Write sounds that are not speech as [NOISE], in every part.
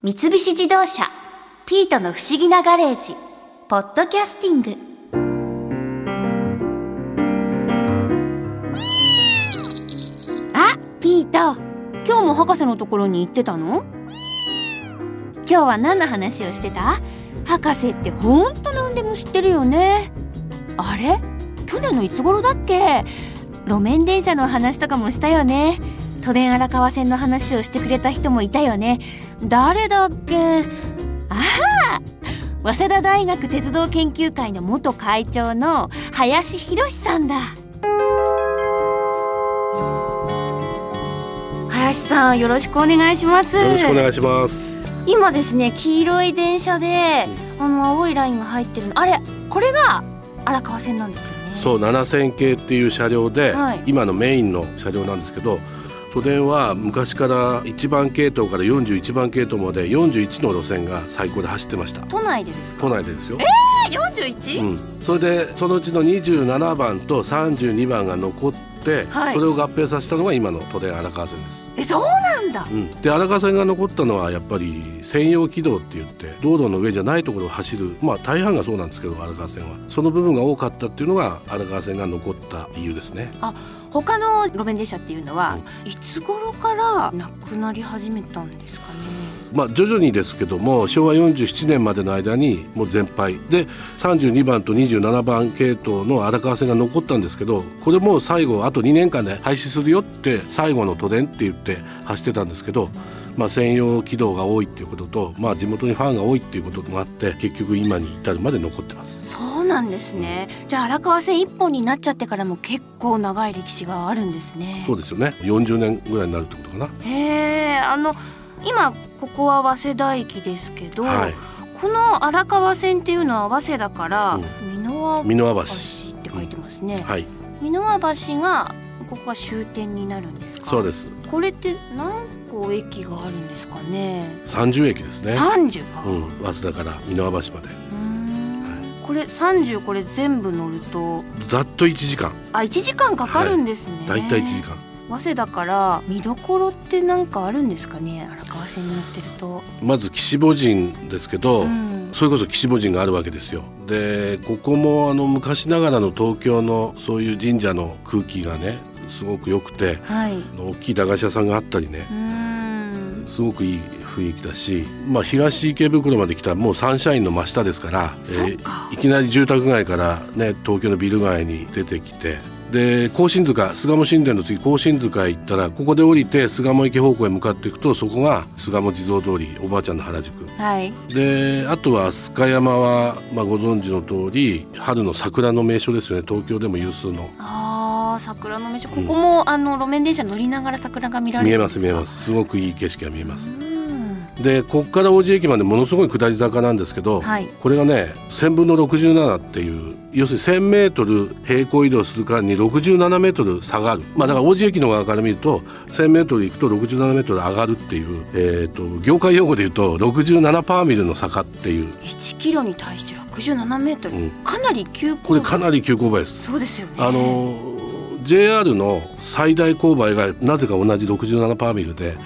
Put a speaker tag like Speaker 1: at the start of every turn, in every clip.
Speaker 1: 三菱自動車「ピートの不思議なガレージ」「ポッドキャスティング」あピート今日も博士のところに行ってたの今日は何の話をしてた博士ってほんと何でも知ってるよねあれ去年のいつ頃だっけ路面電車の話とかもしたよね都電荒川線の話をしてくれた人もいたよね誰だっけああ早稲田大学鉄道研究会の元会長の林博さんだ林さんよろしくお願いします
Speaker 2: よろしくお願いします。
Speaker 1: 今ですね黄色い電車であの青いラインが入ってるのあれこれが荒川線なんですよね
Speaker 2: そう7000系っていう車両で、
Speaker 1: はい
Speaker 2: 今のメインの車両なんですけど、都電は昔から1番系統から41番系統まで41の路線が最高で走ってました。
Speaker 1: 都内でですか
Speaker 2: 都内でですよ。
Speaker 1: 四十一
Speaker 2: うん。それでそのうちの27番と32番が残って、
Speaker 1: はい
Speaker 2: それを合併させたのが今の都電荒川線です。
Speaker 1: えそうなんだ
Speaker 2: うん、で荒川線が残ったのはやっぱり専用軌道って言って道路の上じゃないところを走るまあ大半がそうなんですけど荒川線はその部分が多かったっていうのが荒川線が残った理由ですね
Speaker 1: 他の路面電車っていうのは
Speaker 2: う
Speaker 1: いつ頃からなくなり始めたんですかね
Speaker 2: まあ徐々にですけども昭和47年までの間にもう全廃で32番と27番系統の荒川線が残ったんですけどこれもう最後あと2年間で廃止するよって最後の都電って言って走ってたんですけど、まあ、専用軌道が多いっていうことと、まあ、地元にファンが多いっていうこともあって結局今に至るまで残ってます。
Speaker 1: そうなんですねじゃあ荒川線一本になっちゃってからも結構長い歴史があるんですね
Speaker 2: そうですよね40年ぐらいになるってことかな、
Speaker 1: へえあの今ここは早稲田駅ですけど、
Speaker 2: はい
Speaker 1: この荒川線っていうのは早稲田から
Speaker 2: うん
Speaker 1: 箕輪
Speaker 2: 箕
Speaker 1: 橋
Speaker 2: 輪橋
Speaker 1: って書いてますね
Speaker 2: はい
Speaker 1: 箕輪橋がここが終点になるんですか
Speaker 2: そうです
Speaker 1: これって何個駅があるんですかね
Speaker 2: 30駅ですね、
Speaker 1: 三十か、
Speaker 2: う、
Speaker 1: うん
Speaker 2: 早稲田から箕輪橋ま
Speaker 1: ー
Speaker 2: で
Speaker 1: んこれ三十これ全部乗ると
Speaker 2: ざっと1時間
Speaker 1: あ一時間かかるんですね、
Speaker 2: だいたい1時間、
Speaker 1: 早稲田から見どころってなんかあるんですかね荒川線に乗ってると、
Speaker 2: まず岸母神ですけど、
Speaker 1: うん
Speaker 2: それこそ岸母神があるわけですよでここもあの昔ながらの東京のそういう神社の空気がねすごく良くて
Speaker 1: はい、う
Speaker 2: あの大きい駄菓子屋さんがあったりね
Speaker 1: ーん
Speaker 2: すごくいい雰囲気だし、まあ、東池袋まで来たらもうサンシャインの真下ですから、え
Speaker 1: そっ
Speaker 2: ー
Speaker 1: か
Speaker 2: いきなり住宅街から、ね、東京のビル街に出てきてで庚申塚巣鴨神殿の次庚申塚へ行ったらここで降りて巣鴨池方向へ向かっていくとそこが巣鴨地蔵通りおばあちゃんの原宿
Speaker 1: はい
Speaker 2: であとは飛鳥山は、まあ、ご存知の通り春の桜の名所ですよね東京でも有数の
Speaker 1: あー桜の名所こ
Speaker 2: うん
Speaker 1: こも、あの路面電車乗りながら桜が見られる
Speaker 2: 見えます見え
Speaker 1: す
Speaker 2: ますすごくいい景色が見えます
Speaker 1: うん
Speaker 2: でここから王子駅までものすごい下り坂なんですけど、
Speaker 1: はい
Speaker 2: これがね1000分の67っていう要するに 1000m 平行移動する間に 67m 下がる、まあ、だから王子駅の側から見ると 1000m 行くと 67m 上がるっていう、えー、と業界用語で言うと67パーミルの坂っていう、
Speaker 1: 1キロに対して67メートル、
Speaker 2: うん
Speaker 1: かなり急
Speaker 2: これかなり急勾配です。
Speaker 1: そうですよね
Speaker 2: あの JR の最大勾配がなぜか同じ67パーミルで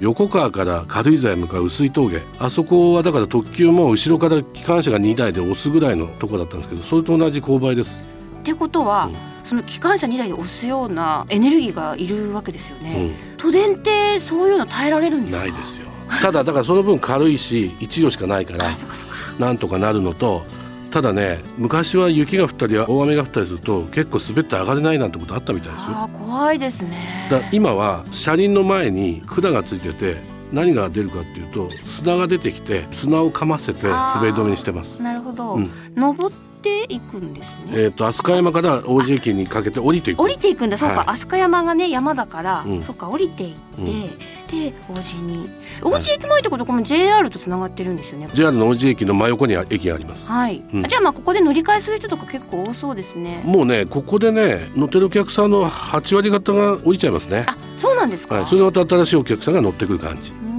Speaker 2: 横川から軽井沢へ向かう薄い峠あそこはだから特急も後ろから機関車が2台で押すぐらいのとこだったんですけどそれと同じ勾配です、
Speaker 1: ってことは、
Speaker 2: うん
Speaker 1: その機関車2台を押すようなエネルギーがいるわけですよ
Speaker 2: う
Speaker 1: ね、
Speaker 2: ん、
Speaker 1: 都電ってそういうの耐えられるんですか
Speaker 2: ないですよただだからその分軽いし1両しかないから
Speaker 1: あそっかそっか
Speaker 2: なんとかなるのとただね昔は雪が降ったり大雨が降ったりすると結構滑って上がれないなんてことあったみたいですよ
Speaker 1: あー怖いですね
Speaker 2: だ今は車輪の前に管がついてて何が出るかっていうと砂が出てきて砂をかませて滑り止めにしてます。
Speaker 1: なるほど、
Speaker 2: うん
Speaker 1: 登っていくんですね
Speaker 2: えっ、と飛鳥山から王子駅にかけて降りていく
Speaker 1: 降。りていくんだそうか、
Speaker 2: は
Speaker 1: 飛鳥山がね山だから、
Speaker 2: うん
Speaker 1: そっか降りていって、
Speaker 2: うん
Speaker 1: で王子に王子駅前ってことこの JR とつながってるんですよね
Speaker 2: JR の王子駅の真横には駅があります。
Speaker 1: はい、
Speaker 2: うん
Speaker 1: あじゃあまあここで乗り換えする人とか結構多そうですね
Speaker 2: もうねここでね乗ってるお客さんの8割方が降りちゃいますね。
Speaker 1: あそうなんですか、
Speaker 2: はい、それでまた新しいお客さんが乗ってくる感じ。
Speaker 1: うーん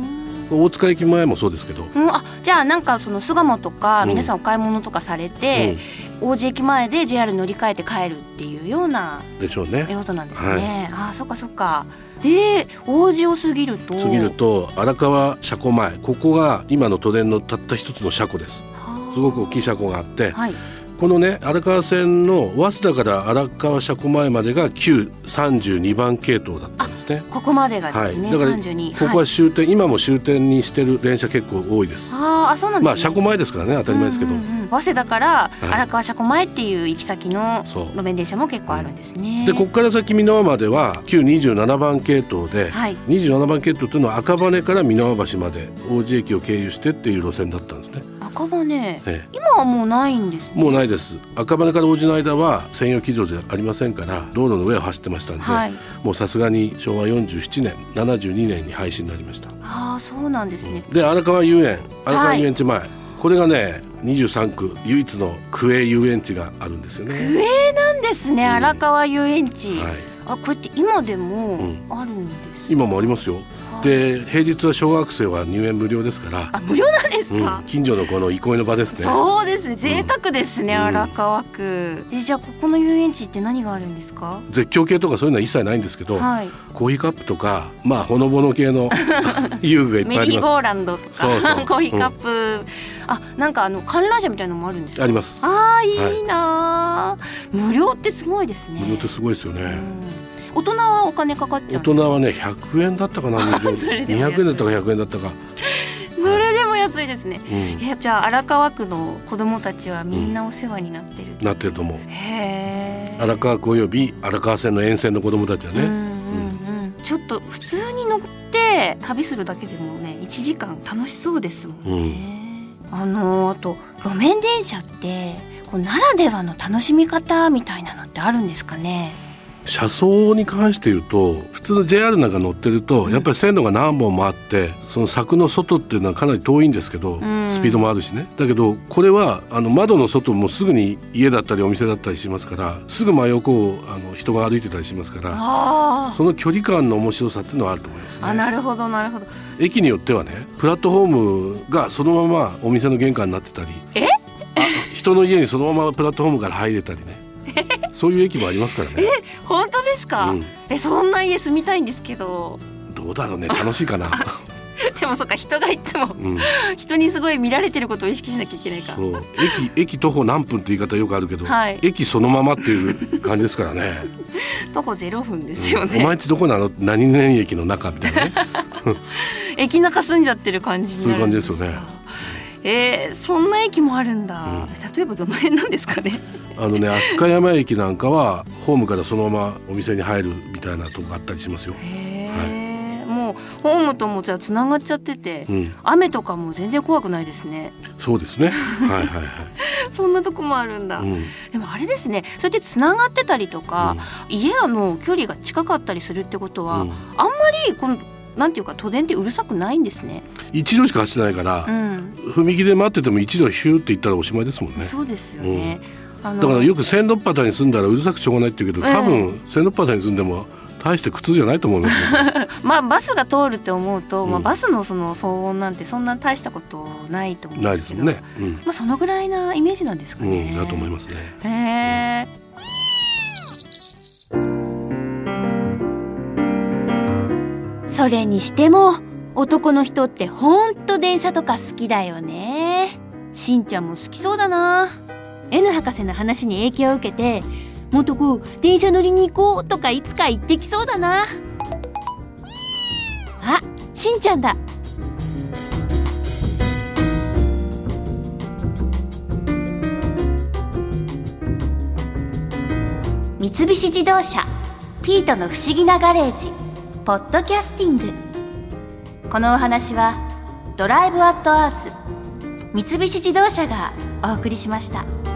Speaker 2: 大塚駅前もそうですけど。
Speaker 1: うん、あじゃあなんかその巣鴨とか
Speaker 2: うん
Speaker 1: 皆さんお買い物とかされて、
Speaker 2: う、
Speaker 1: 王子駅前で JR 乗り換えて帰るっていうようなん
Speaker 2: でしょうね。
Speaker 1: 要素なんですね。ああそっかそっか。で王子を過ぎると
Speaker 2: 過ぎると荒川車庫前ここが今の都電のたった一つの車庫です
Speaker 1: はあ
Speaker 2: すごく大きい車庫があって、
Speaker 1: はい
Speaker 2: このね荒川線の早稲田から荒川車庫前までが旧32番系統だったんですね
Speaker 1: ここまでが
Speaker 2: は
Speaker 1: です
Speaker 2: い、
Speaker 1: ね、
Speaker 2: だから
Speaker 1: 32
Speaker 2: ここは終点、今も終点にしてる電車結構多いです。
Speaker 1: あーあそうなんですね、
Speaker 2: まあ車庫前ですからね当たり前ですけど、
Speaker 1: うんうんうん早稲田から
Speaker 2: い
Speaker 1: 荒川車庫前っていう行き先の
Speaker 2: そう
Speaker 1: 路面電車も結構あるんですね。
Speaker 2: でここから先箕輪までは旧27番系統で、
Speaker 1: はい
Speaker 2: 27番系統というのは赤羽から箕輪橋まで王子駅を経由してっていう路線だったんですね。
Speaker 1: 赤羽
Speaker 2: え
Speaker 1: 今はもうないんです
Speaker 2: え、もうないです赤羽から王子の間は専用機場じゃありませんから道路の上を走ってましたんで、
Speaker 1: はい
Speaker 2: もうさすがに昭和47年72年に廃止になりました。
Speaker 1: ああそうなんですね、
Speaker 2: で荒川遊園荒川遊園地前、これがね23区唯一の区営遊園地があるんですよね。
Speaker 1: なんですね荒川遊園地、
Speaker 2: はい、
Speaker 1: あこれって今でも
Speaker 2: ん
Speaker 1: あるんです、
Speaker 2: 今もありますよ
Speaker 1: はい
Speaker 2: で平日は小学生は入園無料ですから、
Speaker 1: あ無料なんです
Speaker 2: う
Speaker 1: か
Speaker 2: ん、、近所のこの憩いの場ですね
Speaker 1: そうですね贅沢ですね、
Speaker 2: うん
Speaker 1: 荒川区えじゃあここの遊園地って何があるんですか
Speaker 2: 絶叫系とかそういうのは一切ないんですけど、
Speaker 1: はい
Speaker 2: コーヒーカップとかまあほのぼの系の遊具がいっぱい
Speaker 1: メ
Speaker 2: あ
Speaker 1: リ
Speaker 2: り
Speaker 1: ー
Speaker 2: ま
Speaker 1: ゴーランドとか
Speaker 2: そうそう
Speaker 1: コーヒーカップ、あなんかあの観覧車みたいなのもあるんです
Speaker 2: す
Speaker 1: か
Speaker 2: あります
Speaker 1: あーいいなー、無料ってすごいですね
Speaker 2: 無料ってすごいですよ
Speaker 1: う
Speaker 2: ね
Speaker 1: ん大人はお金かかっちゃ
Speaker 2: 大
Speaker 1: うんです
Speaker 2: 人はね100円だったかな
Speaker 1: それ
Speaker 2: 200
Speaker 1: でもやる
Speaker 2: 円だったか100円だったか、
Speaker 1: それでも安いですね
Speaker 2: うん、
Speaker 1: えじゃあ荒川区の子供たちはみんなお世話になってる、
Speaker 2: なってると思う
Speaker 1: へえ
Speaker 2: 荒川区および荒川線の沿線の子供たちは
Speaker 1: う
Speaker 2: ね、
Speaker 1: んうんうんちょっと普通に乗って旅するだけでもね1時間楽しそうですもんね、あのあと路面電車ってこうならではの楽しみ方みたいなのってあるんですかね
Speaker 2: 車窓に関して言うと普通の JR なんか乗ってると、
Speaker 1: うん
Speaker 2: やっぱり線路が何本もあってその柵の外っていうのはかなり遠いんですけど、
Speaker 1: ん
Speaker 2: スピードもあるしねだけどこれはあの窓の外もすぐに家だったりお店だったりしますからすぐ真横をあの人が歩いてたりしますから
Speaker 1: あー
Speaker 2: その距離感の面白さっていうのはあると思いますね。
Speaker 1: あなるほどなるほど
Speaker 2: 駅によってはねプラットホームがそのままお店の玄関になってたり
Speaker 1: え
Speaker 2: あ人の家にそのままプラットホームから入れたりねそういう駅もありますからね。
Speaker 1: 本当ですか、
Speaker 2: うん
Speaker 1: えそんな家住みたいんですけど
Speaker 2: どうだろうね楽しいかな、
Speaker 1: でもそっか人がいつも
Speaker 2: うん、
Speaker 1: 人にすごい見られてることを意識しなきゃいけないか
Speaker 2: そう駅駅徒歩何分って言い方よくあるけど、
Speaker 1: はい
Speaker 2: 駅そのままっていう感じですからね
Speaker 1: 徒歩0分ですよ
Speaker 2: うんお
Speaker 1: ね、
Speaker 2: 前んちどこなの何々駅の中みたいなね
Speaker 1: [LAUGHS] 駅中住んじゃってる感じになるんですか
Speaker 2: そういう感
Speaker 1: えーそんな駅もあるんだ、
Speaker 2: うん
Speaker 1: 例えばどの辺なんですかね
Speaker 2: あのね飛鳥山駅なんかはホームからそのままお店に入るみたいなとこがあったりしますよ、
Speaker 1: へーもうホームともじゃあつながっちゃってて、
Speaker 2: うん、
Speaker 1: 雨とかも全然怖くないですね [LAUGHS]
Speaker 2: そうですねはいはいは
Speaker 1: そんなとこもあるんだ、
Speaker 2: い、うん
Speaker 1: でもあれですねそうやってつながってたりとか、家の距離が近かったりするってことは、
Speaker 2: うん
Speaker 1: あんまりこのなんていうか都電ってうるさくないんですね。
Speaker 2: 一度しか走ってないから
Speaker 1: う、ん、
Speaker 2: 踏切で待ってても一度ヒューって行ったらおしまいですもんね
Speaker 1: そうですよね。あの
Speaker 2: だからよく千六端に住んだらうるさくしょうがないって言うけど多
Speaker 1: う
Speaker 2: 分千六端に住んでも大して苦痛じゃないと思いますよ、
Speaker 1: まあバスが通るって思うと、
Speaker 2: うん
Speaker 1: まあバスのその騒音なんてそんな大したことないと思うん
Speaker 2: ない
Speaker 1: で
Speaker 2: ですす
Speaker 1: け
Speaker 2: も
Speaker 1: ど。
Speaker 2: んね。うん
Speaker 1: まあそのぐらいなイメージなんですか
Speaker 2: う
Speaker 1: ね。
Speaker 2: ん、だと思いますね。
Speaker 1: す。へえ。それにしても男の人ってほんと電車とか好きだよねしんちゃんも好きそうだな N 博士の話に影響を受けてもっとこう電車乗りに行こうとかいつか言ってきそうだなあしんちゃんだ三菱自動車ピートの不思議なガレージポッドキャスティングこのお話はドライブアットアース三菱自動車がお送りしました。